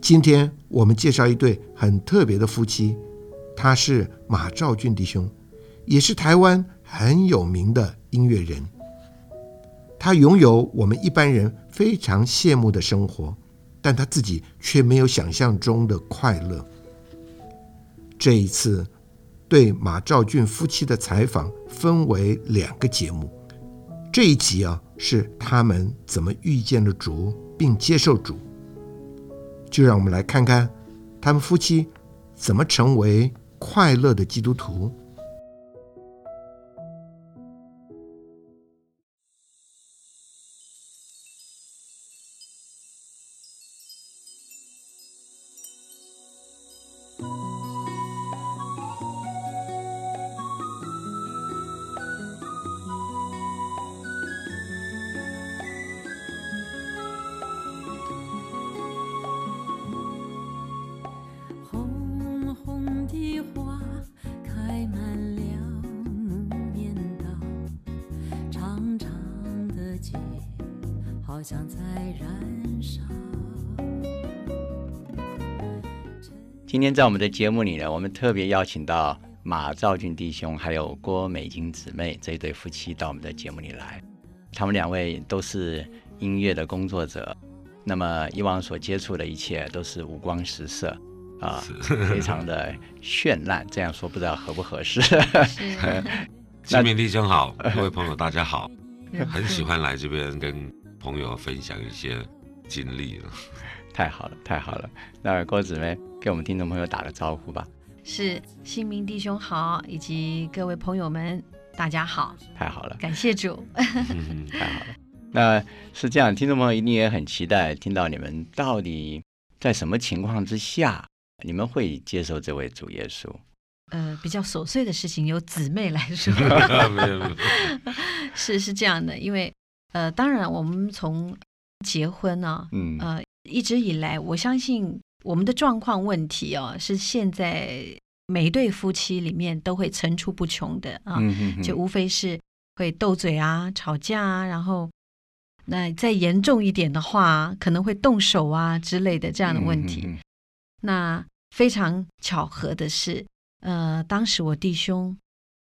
今天我们介绍一对很特别的夫妻，他是马兆俊弟兄，也是台湾很有名的音乐人。他拥有我们一般人非常羡慕的生活，但他自己却没有想象中的快乐。这一次对马兆俊夫妻的采访分为两个节目，这一集啊是他们怎么遇见了主并接受主。就让我们来看看他们夫妻怎么成为快乐的基督徒。红红的花开满了木棉道，长长的街好像在燃烧。今天在我们的节目里呢，我们特别邀请到马兆俊弟兄还有郭美金姊妹这一对夫妻到我们的节目里来。他们两位都是音乐的工作者，那么以往所接触的一切都是五光十色啊，非常的绚烂。这样说不知道合不合适。 哎志明弟兄好，各位朋友大家好，很喜欢来这边跟朋友分享一些经历了。太好了，太好了。那郭姊妹给我们听众朋友打个招呼吧。嗯是新民弟兄好，以及各位朋友们，大家好，太好了。感谢主。嗯太好了。那是这样，听众朋友一定也很期待听到你们到底在什么情况之下，你们会接受这位主耶稣。呃，比较琐碎的事情由姊妹来说， 没有没有，是是这样的，因为呃，当然我们从结婚呢、嗯，呃，一直以来，我相信我们的状况问题哦，是现在每一对夫妻里面都会层出不穷的啊。嗯哼哼就无非是会斗嘴啊、吵架啊，然后那再严重一点的话，可能会动手啊之类的这样的问题。嗯哼哼那非常巧合的是，呃，当时我弟兄，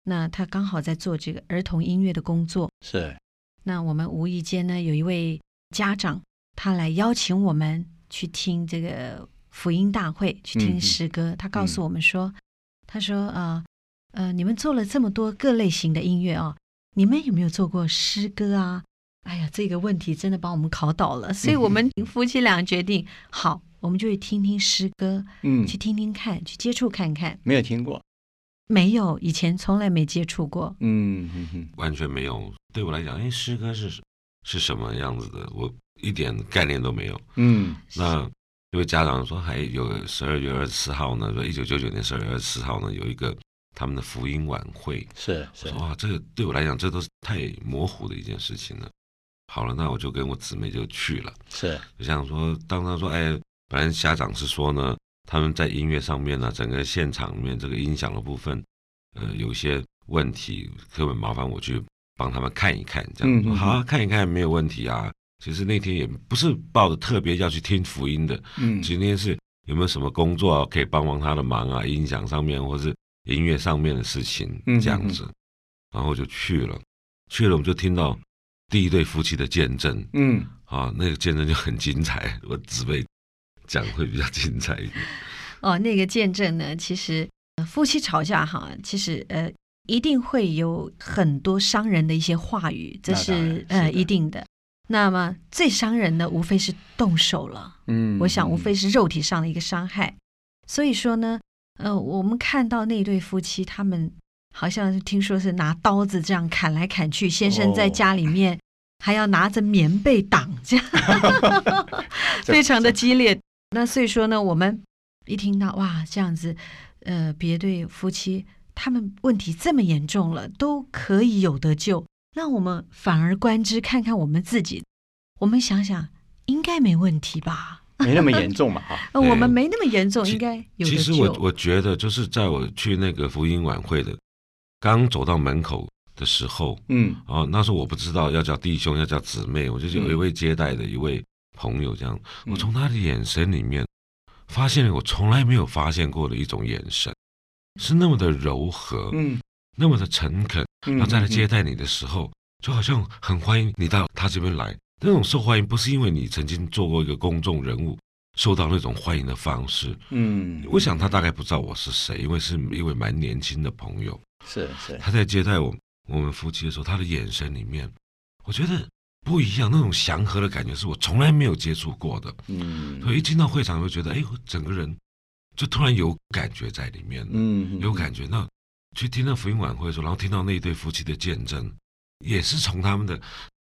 那他刚好在做这个儿童音乐的工作，嗯是那我们无意间呢，有一位家长他来邀请我们去听这个福音大会，嗯去嗯听诗歌。他告诉我们说，他说啊呃呃，你们做了这么多各类型的音乐哦，你们有没有做过诗歌啊？哎呀，这个问题真的把我们考倒嗯了，所以我们夫妻俩决定，好，我们就去听听诗歌，嗯，去听听看，去接触看看。没有听过，没有，以前从来没接触过。嗯哼哼，完全没有。对我来讲，哎，诗歌是是什么样子的，我一点概念都没有。嗯那这位家长说，还哎有十二月二十四号呢，说一九九九年十二月二十四号呢，有一个他们的福音晚会。是我是说，哇，这个对我来讲，这都是太模糊的一件事情了。好了，那我就跟我姊妹就去了。是就想说，当他说，哎，本来家长是说呢，他们在音乐上面呢、整个现场里面这个音响的部分，呃，有一些问题，可不可以麻烦我去帮他们看一看？这嗯样说，嗯嗯好、啊，看一看没有问题啊。其实那天也不是抱着特别要去听福音的，嗯今天是有没有什么工作、啊、可以帮帮他的忙啊？音响上面或是音乐上面的事情嗯嗯嗯这样子，然后就去了，去了我们就听到第一对夫妻的见证，嗯啊，那个见证就很精彩，我姊妹讲会比较精彩一点。哦，那个见证呢，其实呃夫妻吵架哈，其实呃一定会有很多伤人的一些话语，这那当然是是呃的一定的。那么最伤人的无非是动手了，嗯，我想无非是肉体上的一个伤害。所以说呢，呃，我们看到那一对夫妻他们好像是听说是拿刀子这样砍来砍去，先生在哦家里面还要拿着棉被挡， 这样非常的激烈。那所以说呢，我们一听到哇这样子，呃，别对夫妻他们问题这么严重了，都可以有得救，那我们反而观之，看看我们自己，我们想想应该没问题吧？没那么严重嘛哈。呃，对我们没那么严重，嗯其应该有其得实我救。我觉得，就是在我去那个福音晚会的，刚走到门口的时候，嗯哦，那时候我不知道要叫弟兄，要叫姊妹，我就嗯有一位接待的一位朋友这样，嗯我从他的眼神里面发现了我从来没有发现过的一种眼神，是那么的柔和，嗯，那么的诚恳。嗯然后再来接，待你的时候，就好像很欢迎你到他这边来。那种受欢迎不是因为你曾经做过一个公众人物，受到那种欢迎的方式。嗯，我想他大概不知道我是谁，因为是一位蛮年轻的朋友。是是，他在接待我我们夫妻的时候，他的眼神里面，我觉得不一样，那种祥和的感觉是我从来没有接触过的。嗯，所以一进到会场，我就觉得，哎，我整个人就突然有感觉在里面了。嗯有感觉。那去听到福音晚会的时候，然后听到那一对夫妻的见证，也是从他们的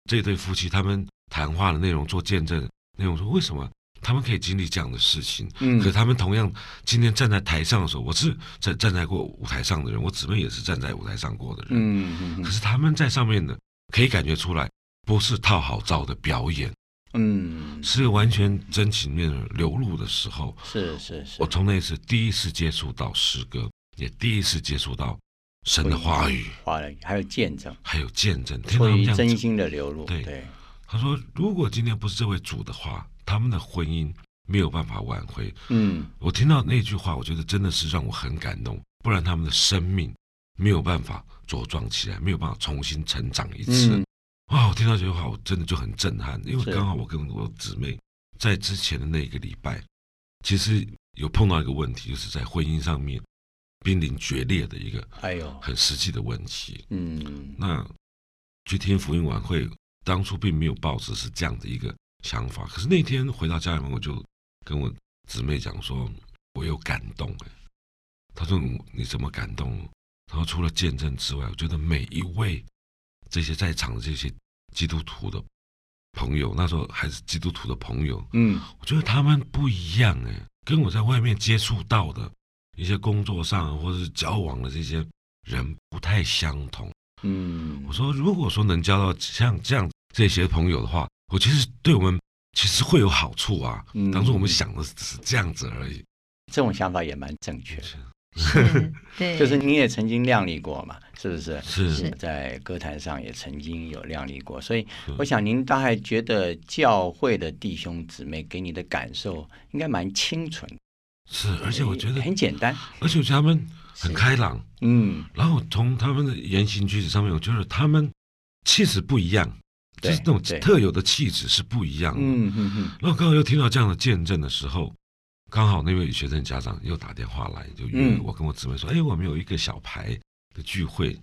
这对夫妻他们谈话的内容做见证，内容说为什么他们可以经历这样的事情。嗯可他们同样今天站在台上的时候，我是站站在过舞台上的人，我姊妹也是站在舞台上过的人。嗯嗯可是他们在上面的，可以感觉出来，不是套好照的表演，嗯，是完全真情面流露的时候，是是是，我从那一次第一次接触到诗歌，也第一次接触到神的话语，花了还有见证，还有见证。听出到他于们这真样子，心的流露，对对，他说：“如果今天不是这位主的话，他们的婚姻没有办法挽回。嗯”我听到那句话，我觉得真的是让我很感动，不然他们的生命没有办法茁壮起来，没有办法重新成长一次。嗯哇！啊我听到这句话，我真的就很震撼，因是为刚好我跟我姊妹在之前的那一个礼拜，其实有碰到一个问题，就是在婚姻上面濒临决裂的一个哎呦，很实际的问题。嗯那去听福音晚会，当初并没有抱着是这样的一个想法，可是那天回到家里面，我就跟我姊妹讲说，我有感动哎。她说嗯你怎么感动？她说除了见证之外，我觉得每一位这些在场的这些基督徒的朋友，那时候还是基督徒的朋友，嗯我觉得他们不一样哎，跟我在外面接触到的一些工作上啊或者是交往的这些人不太相同。嗯，我说，如果说能交到像这样这些朋友的话，我其实对我们其实会有好处啊。嗯当初我们想的只是这样子而已。这种想法也蛮正确的。 是，对，就是您也曾经亮丽过嘛，是不是？是是在歌坛上也曾经有亮丽过，所以我想您大概觉得教会的弟兄姊妹给你的感受应该蛮清纯的，是，而且我觉得也，很简单，而且我觉得他们很开朗。嗯，然后从他们的言行举止上面，我觉得他们气质不一样，就对是那种对特有的气质是不一样的。嗯嗯嗯，然后刚好又听到这样的见证的时候，刚好那位学生家长又打电话来，就约嗯我跟我姊妹说：“哎，我们有一个小牌的聚会，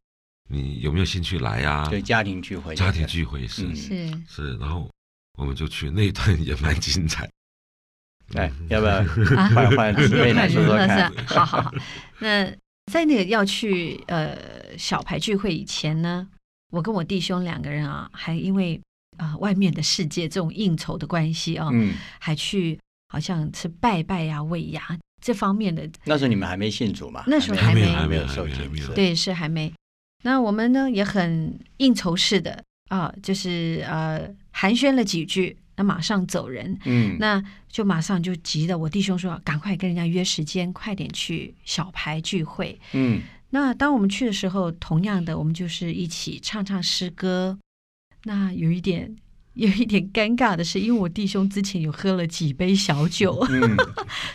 你有没有兴趣来啊呀、对，啊家庭聚会，家庭聚会是、嗯 是是，然后我们就去，那一段 也蛮精彩。哎嗯，要不要换换姊妹来说说啊看？ 好好好。那在那个要去呃小牌聚会以前呢，我跟我弟兄两个人啊，还因为啊、呃外面的世界这种应酬的关系啊，嗯，还去好像吃拜拜呀、喂呀这方面的，那时候你们还没信主嘛？那时候还没有还还没有有受还浸没有是对，是还没。那我们呢也很应酬式的啊、就是呃寒暄了几句，那马上走人。嗯，那就马上就急的，我弟兄说赶快跟人家约时间，快点去小牌聚会。嗯那当我们去的时候，同样的，我们就是一起唱唱诗歌。那有一点 有一点尴尬的是，因为我弟兄之前有喝了几杯小 酒，嗯，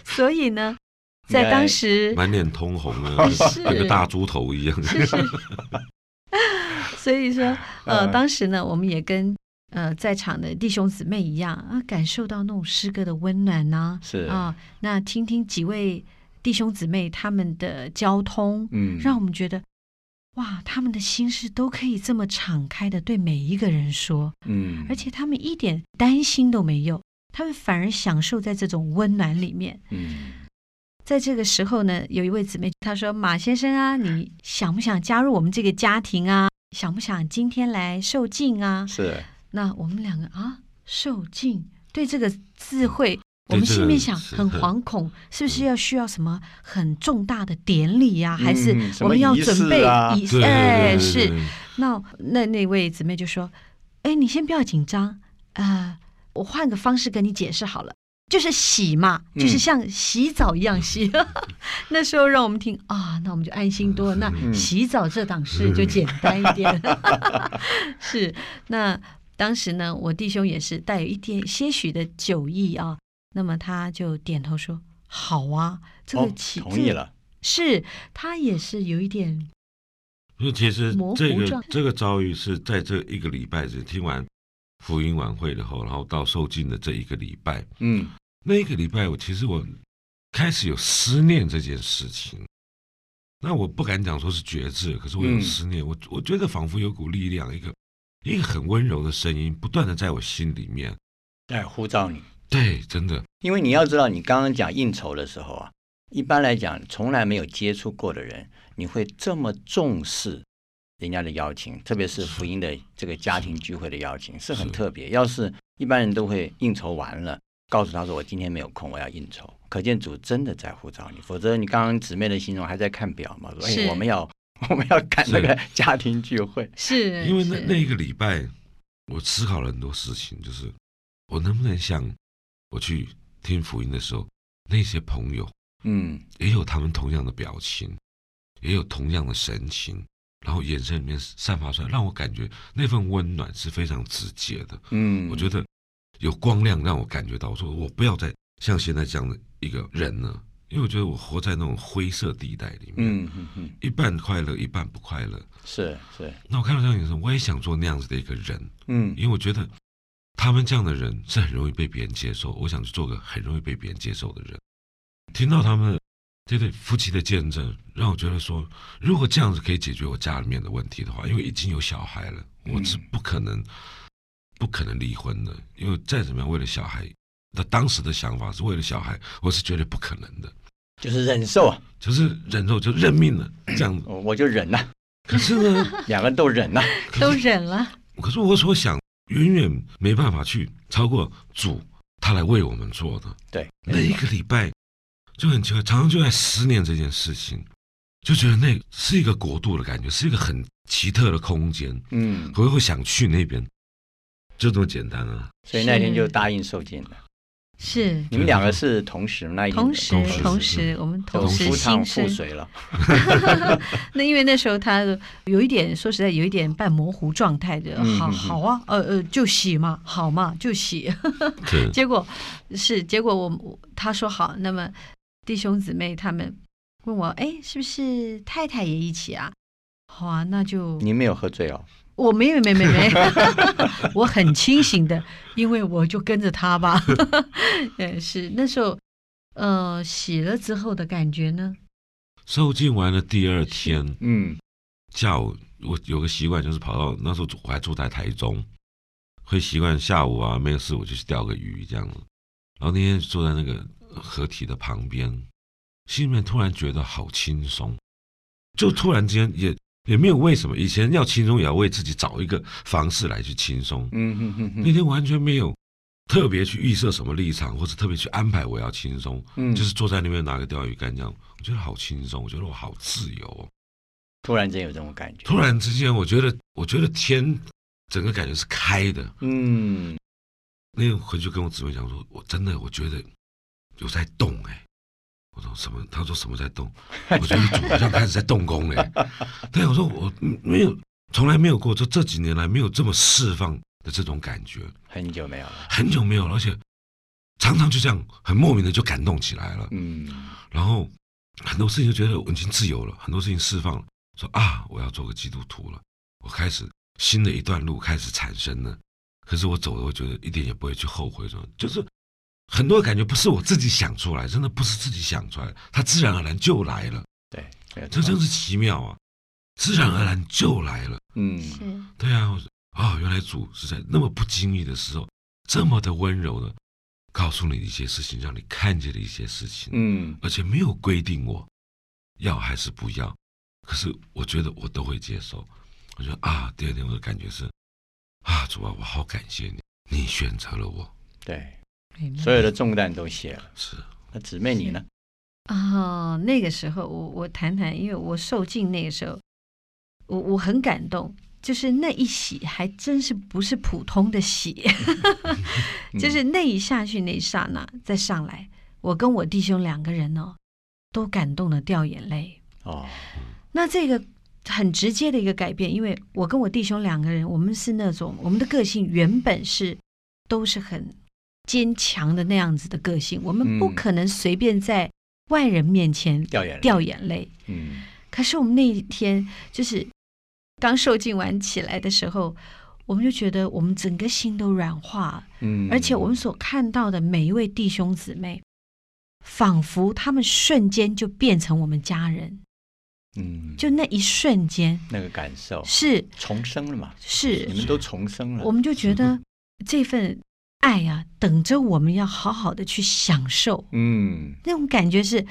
所以呢，应在该当时 满脸通红啊，是跟个大猪头一样。是 是，所以说呃，嗯当时呢，我们也跟呃在场的弟兄姊妹一样啊，感受到那种诗歌的温暖呐、 是啊、那听听几位弟兄姊妹他们的交通，嗯，让我们觉得哇，他们的心事都可以这么敞开的对每一个人说，嗯，而且他们一点担心都没有，他们反而享受在这种温暖里面。嗯在这个时候呢，有一位姊妹她说：“马先生啊，你想不想加入我们这个家庭啊？想不想今天来受浸啊是？”那我们两个啊，受浸对这个字汇，我对们这个心里想是很惶恐，是不是要需要什么很重大的典礼呀、还是嗯什么我们要仪式准备啊仪 对对对哎，对是对那那那位姊妹就说：“哎，你先不要紧张，呃，我换个方式跟你解释好了，就是洗嘛，嗯就是像洗澡一样洗。 那时候让我们听啊、那我们就安心多了。那嗯洗澡这档事就简单一点。 是，那当时呢，我弟兄也是带有一点些许的酒意啊，那么他就点头说：好啊，这个哦起、同意，了，是他也是有一点因为其实模糊这状个这个遭遇是在这一个礼拜只听完福音晚会了后，然后到受尽的这一个礼拜，嗯那一个礼拜我其实我开始有思念这件事情。那我不敢讲说是觉知，可是我有嗯思念，我我觉得仿佛有股力量，一个一个很温柔的声音，不断的在我心里面。在呼召你。对，真的，因为你要知道，你刚刚讲应酬的时候啊，一般来讲，从来没有接触过的人，你会这么重视人家的邀请，特别是福音的这个家庭聚会的邀请，是很是特别。要是一般人都会应酬完了，告诉他说我今天没有空，我要应酬，可见主真的在呼召你，否则你刚刚姊妹的形容还在看表嘛，说是哎我们要我们要赶那个家庭聚会，是，因为那是那一个礼拜，我思考了很多事情，就是我能不能像我去听福音的时候，那些朋友嗯也有他们同样的表情，也有同样的神情，然后眼神里面散发出来，让我感觉那份温暖是非常直接的。嗯，我觉得得有光亮让我感觉到，我说我不要再像现在这样的一个人了，因为我觉得我活在那种灰色地带里面，嗯嗯嗯一半快乐，一半不快乐。是是那我看到这样的眼神，我也想做那样子的一个人，嗯因为我觉得他们这样的人是很容易被别人接受。我想去做个很容易被别人接受的人。听到他们这对夫妻的见证，让我觉得说，如果这样子可以解决我家里面的问题的话，因为已经有小孩了，我是不可能、不可能离婚的，因为再怎么样为了小孩，那当时的想法是为了小孩，我是绝对不可能的，就是忍受啊，就是忍受就认命了这样子。我我就忍了、啊可是呢， 两个人都忍了、啊都忍了。可是我所想，远远没办法去超过主他来为我们做的对，那一个礼拜，就很奇怪，常常就在思念这件事情，就觉得那是一个国度的感觉，是一个很奇特的空间，嗯，我会想去那边，就这么简单啊。所以那天是就答应受浸了。是你们两个是同时那一天同时时同同时时，我们同都时夫心唱妇事。随了， 那因为那时候他有一点，说实在有一点半模糊状态的，嗯好嗯嗯好啊，呃呃，就洗嘛，好嘛，就洗。 对，结果是结果我我他说好，那么弟兄姊妹他们问我，哎，是不是太太也一起啊？好啊，那就你没有喝醉哦，我没有没没没， 我很清醒的，因为我就跟着他吧。 嗯，是那时候，呃，洗了之后的感觉呢？受尽完了第二天嗯，下午，我有个习惯就是跑到那时候我还住在台中，会习惯下午啊没有事我就去钓个鱼这样子。然后那天坐在那个河体的旁边，心里面突然觉得好轻松，就突然间也也没有为什么，以前要轻松也要为自己找一个方式来去轻松。嗯哼哼那哼，天完全没有特别去预设什么立场，或者特别去安排我要轻松，嗯就是坐在那边拿个钓鱼竿这样，我觉得好轻松，我觉得我好自由、哦。突然间有这种感觉，突然之间，我觉得，我觉得天整个感觉是开的。嗯，那天回去跟我姊妹讲说，我真的我觉得有在动哎、我说什么？她说什么在动？我觉得主好像开始在动工嘞、对，我说我嗯没有，从来没有过，就这几年来没有这么释放的这种感觉，很久没有了，很久没有了，而且常常就这样很莫名的就感动起来了。嗯，然后很多事情就觉得我已经自由了，很多事情释放了，说啊，我要做个基督徒了，我开始新的一段路开始产生了。可是我走了，我觉得一点也不会去后悔，什么就是很多感觉不是我自己想出来，真的不是自己想出来，它自然而然就来了，对，没有这错真是奇妙啊！自然而然就来了，嗯，对啊，我说啊、原来主是在那么不经意的时候，这么的温柔的，告诉你一些事情，让你看见了一些事情，嗯而且没有规定我要还是不要。可是我觉得我都会接受。我觉得啊，第二天我的感觉是啊，主啊，我好感谢你，你选择了我。对， Amen 所有的重担都卸了。是，那姊妹你呢？啊、那个时候我我谈谈，因为我受尽那个时候，我我很感动，就是那一喜还真是不是普通的喜，就是那一下去那一刹那再上来，我跟我弟兄两个人哦，都感动的掉眼泪。哦，那这个很直接的一个改变，因为我跟我弟兄两个人，我们是那种我们的个性原本是都是很坚强的那样子的个性，我们不嗯可能随便在外人面前掉眼泪，掉眼泪。嗯，可是我们那一天就是刚受尽完起来的时候，我们就觉得我们整个心都软化，嗯嗯，而且我们所看到的每一位弟兄姊妹，仿佛他们瞬间就变成我们家人，嗯，就那一瞬间那个感受是重生了嘛，是你，们都重生了，我们就觉得这份爱呀、等着我们要好好的去享受。嗯那种感觉是，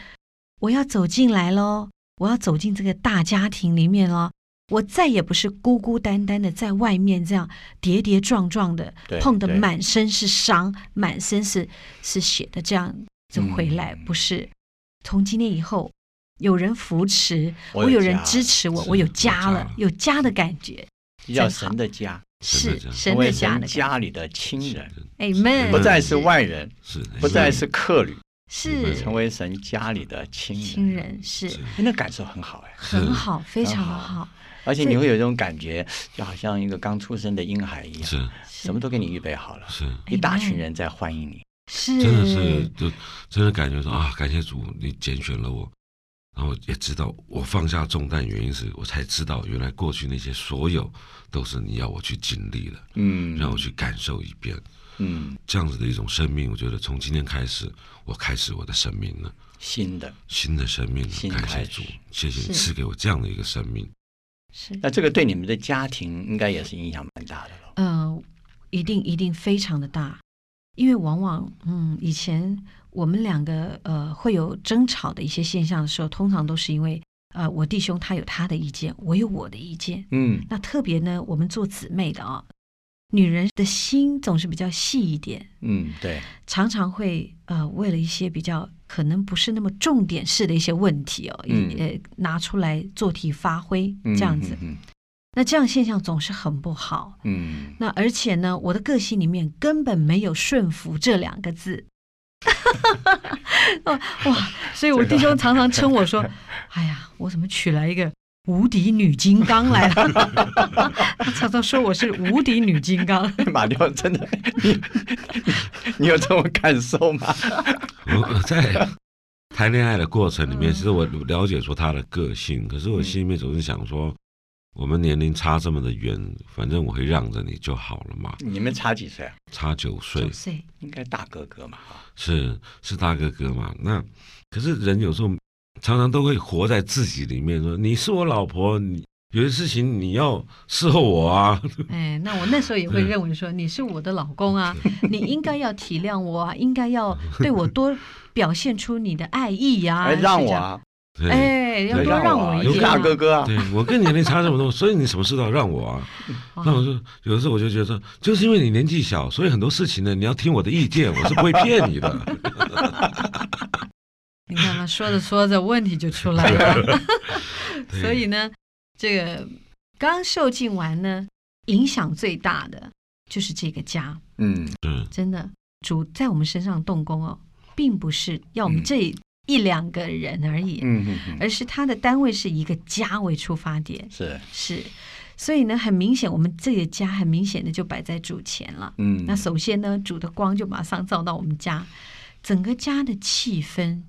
我要走进来喽，我要走进这个大家庭里面喽，我再也不是孤孤单单的在外面这样跌跌撞撞的对，碰得对满身是伤，满身是是血的这样子回来，嗯不是。从今天以后，有人扶持，我我有有家人了支持我，是我有有家家了了，有家的感觉，这叫真好神的家，是真的神成为的家的感觉。家里的亲人， Amen，不再是外人，是，不再是客旅，是成为神家里的亲人，亲人，是是哎那感受很好哎。很好，非常很好好，而且所以你会有一种感觉，就好像一个刚出生的婴孩一样，是什什么都给你预备好了，是，一大群人在欢迎你。哎是真的是，就真的感觉到啊，感谢主，你拣选了我，然后也知道我放下重担原因是我才知道，原来过去那些所有都是你要我去经历的，嗯，让我去感受一遍。嗯这样子的一种生命，我觉得从今天开始，我开始我的生命了，新的。新的生命新了。开始感谢主，谢谢你是赐给我这样的一个生命。是那这个对你们的家庭应该也是影响蛮大的了。呃，一定一定非常的大，因为往往嗯，以前我们两个呃会有争吵的一些现象的时候，通常都是因为呃我弟兄他有他的意见，我有我的意见。嗯那特别呢，我们做姊妹的啊、女人的心总是比较细一点，嗯，对，常常会呃为了一些比较可能不是那么重点式的一些问题哦，嗯呃拿出来做题发挥嗯这样子。嗯那这样现象总是很不好。嗯，那而且呢，我的个性里面根本没有“顺服”这两个字。 哦哇！所以我弟兄常常称 我说：“哎呀，我怎么娶来一个无敌女金刚来了？” 他常常说我是无敌女金刚。嗯 马六真的，你 你你有这种感受吗？我在谈恋爱的过程里面，嗯其实我了解出他的个性，可是我心里面总是想嗯说，我们年龄差这么的远，反正我会让着你就好了嘛。你们差几岁啊？差九岁九岁，应该大哥哥嘛。是是大哥哥嘛？那可是人有时候常常都会活在自己里面，说你是我老婆，你有些事情你要伺候我啊。 哎，那我那时候也会认为说你是我的老公啊，你应该要体谅我啊，应该要对我多表现出你的爱意呀、哎，让是我这样，啊，对哎，要对多让让啊我一有点、大哥哥啊，对我跟年龄差这么多， 所以你什么事都要让我啊。哇那嗯我就有的时候我就觉得说，就是因为你年纪小，所以很多事情呢，你要听我的意见，我是不会骗你的。 你看嘛，说着说着问题就出来 了。对所以呢，这个刚受尽完呢，影响最大的就是这个家，嗯，是真的主在我们身上动工哦，并不是要我们这一两个人而已，嗯嗯嗯，而是他的单位是以一个家为出发点，是，是。所以呢，很明显，我们这个家很明显的就摆在主前了。嗯，那首先呢，主的光就马上照到我们家，整个家的气氛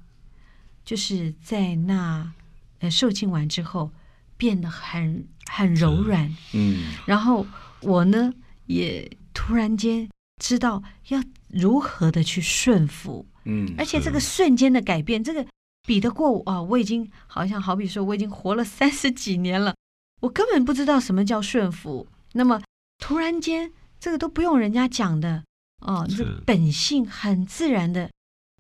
就是在那呃受浸完之后变得很很柔软。嗯然后我呢也突然间知道要如何的去顺服，嗯，而且这个瞬间的改变，这个比得过我啊、我已经好像好比说我已经活了三十几年了，我根本不知道什么叫顺服。那么突然间，这个都不用人家讲的，哦，是这本性很自然的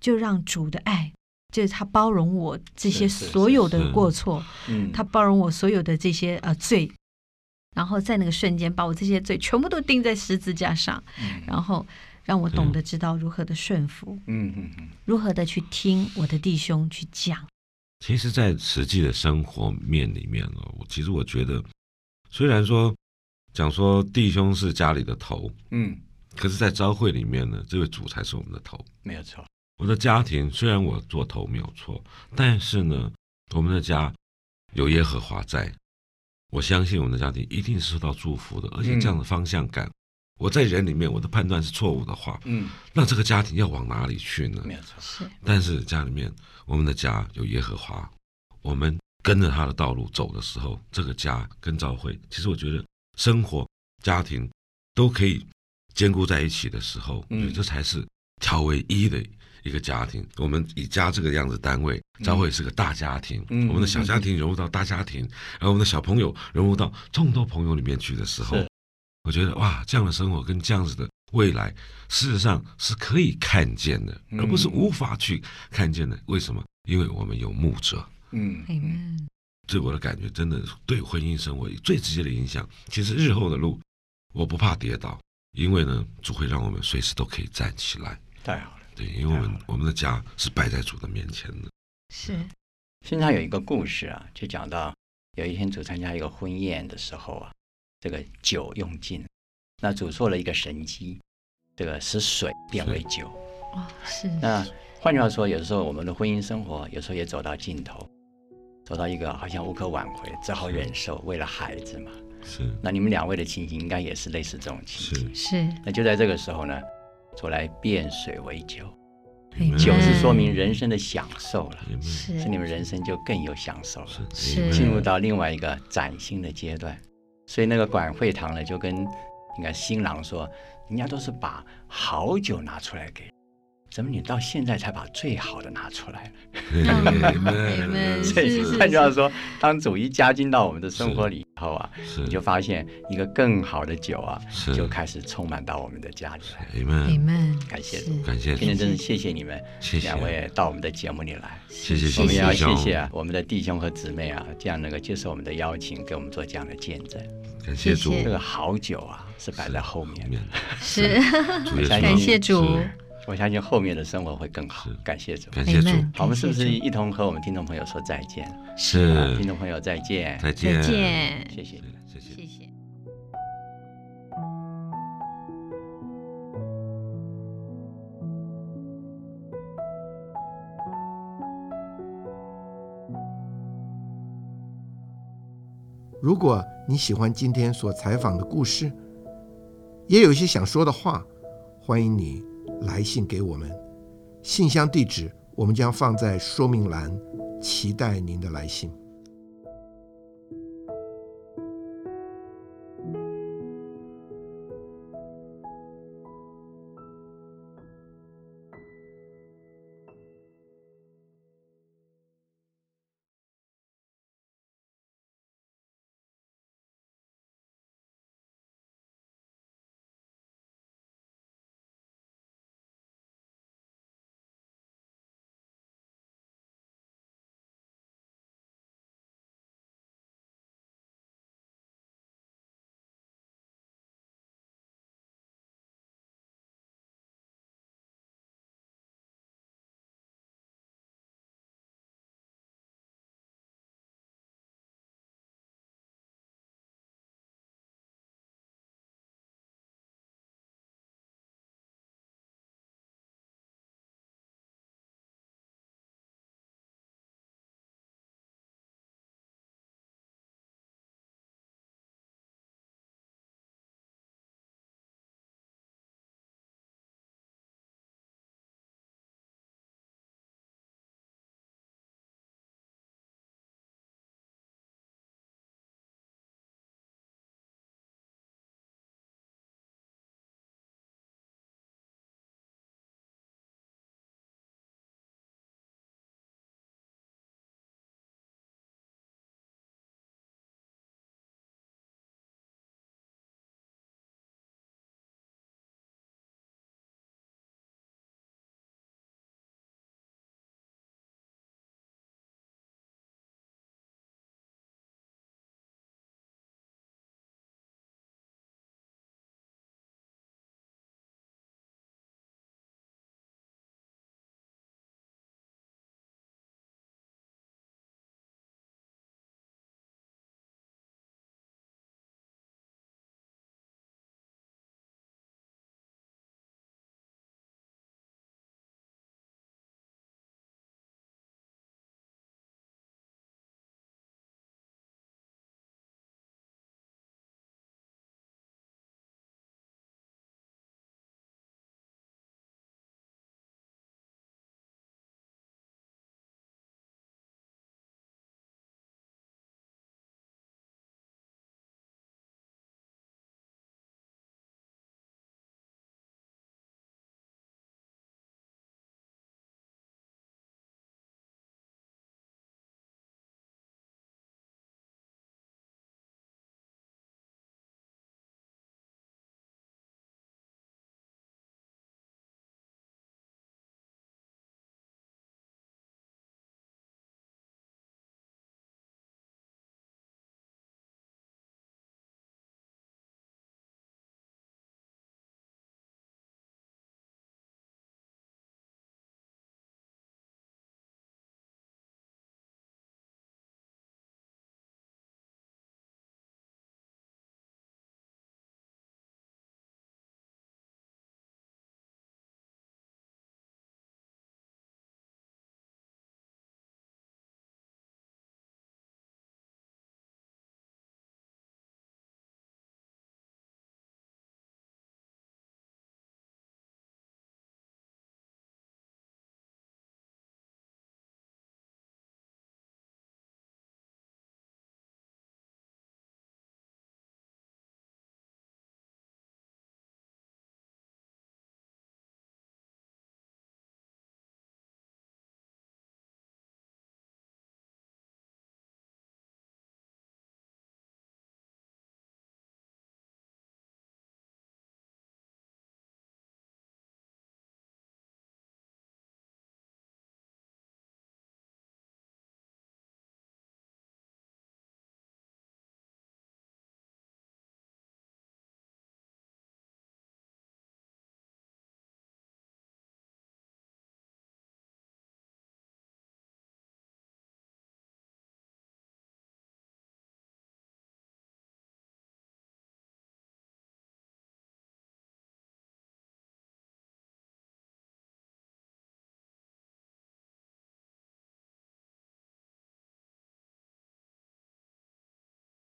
就让主的爱，就是他包容我这些是是所有是的过错，嗯，他包容我所有的这些呃罪，然后在那个瞬间把我这些罪全部都钉在十字架上，嗯然后让我懂嗯得知道如何的顺服，嗯嗯嗯如何的去听我的弟兄去讲。其实，在实际的生活面里面哦，我其实我觉得，虽然说讲说弟兄是家里的头，嗯，可是，在教会里面呢，这位主才是我们的头。没有错，我的家庭虽然我做头没有错，但是呢，我们的家有耶和华在，我相信我们的家庭一定是受到祝福的，而且这样的方向感，我在人里面我的判断是错误的话，嗯，那这个家庭要往哪里去呢嗯没？有错，是，但是家里面，我们的家有耶和华，我们跟着他的道路走的时候，这个家跟教会，其实我觉得生活、家庭都可以兼顾在一起的时候，嗯我觉得这才是调为一的一个家庭。我们以家这个样子单位，教会是个大家庭，嗯我们的小家庭融入到大家庭，然后我们的小朋友融入到众多朋友里面去的时候是，我觉得哇，这样的生活跟这样子的未来，事实上是可以看见的，嗯而不是无法去看见的。为什么？因为我们有牧者。嗯，你嗯们对我的感觉，真的对婚姻生活最直接的影响。其实日后的路，我不怕跌倒，因为呢，主会让我们随时都可以站起来。太好了。对，因为我太好们了我们的家是摆在主的面前的。是，经常有一个故事啊，就讲到有一天主参加一个婚宴的时候啊，这个酒用尽了，那主做了一个神机，这个使水变为酒。哦，是，那换句话说，有时候我们的婚姻生活有时候也走到尽头，走到一个好像无可挽回，只好忍受，为了孩子嘛。是那你们两位的情形应该也是类似这种情是形。是，那就在这个时候呢，主来变水为酒，你们酒嗯是说明人生的享受了， Amen 是是你们人生就更有享受了。是 Amen 是进入到另外一个崭新的阶段。所以那个管会堂呢，就跟应该新郎说，人家都是把好酒拿出来给，怎么你到现在才把最好的拿出来？ Amen，是所 以是换句话说，当主义加进到我们的生活里以后啊，是你就发现一个更好的酒啊，是就开始充满到我们的家里来。你 Amen，们感谢是主感今谢主天，真是谢谢你们谢谢两位到我们的节目里来。谢谢我谢们也要谢谢兄，谢啊我们的弟兄和姊妹啊，这样能够接受我们的邀请，给我们做这样的见证。感谢主谢，这个好酒啊，是摆在后面的。面是， 主耶稣感谢主，是我相信后面的生活会更好是。感谢主。感谢主， Amen 好，我们是不是感谢主一同和我们听众朋友说再见？啊是听众朋友再见。再再见，见，谢谢。谢谢。谢谢。如果你喜欢今天所采访的故事，也有一些想说的话，欢迎你来信给我们。信箱地址我们将放在说明栏，期待您的来信。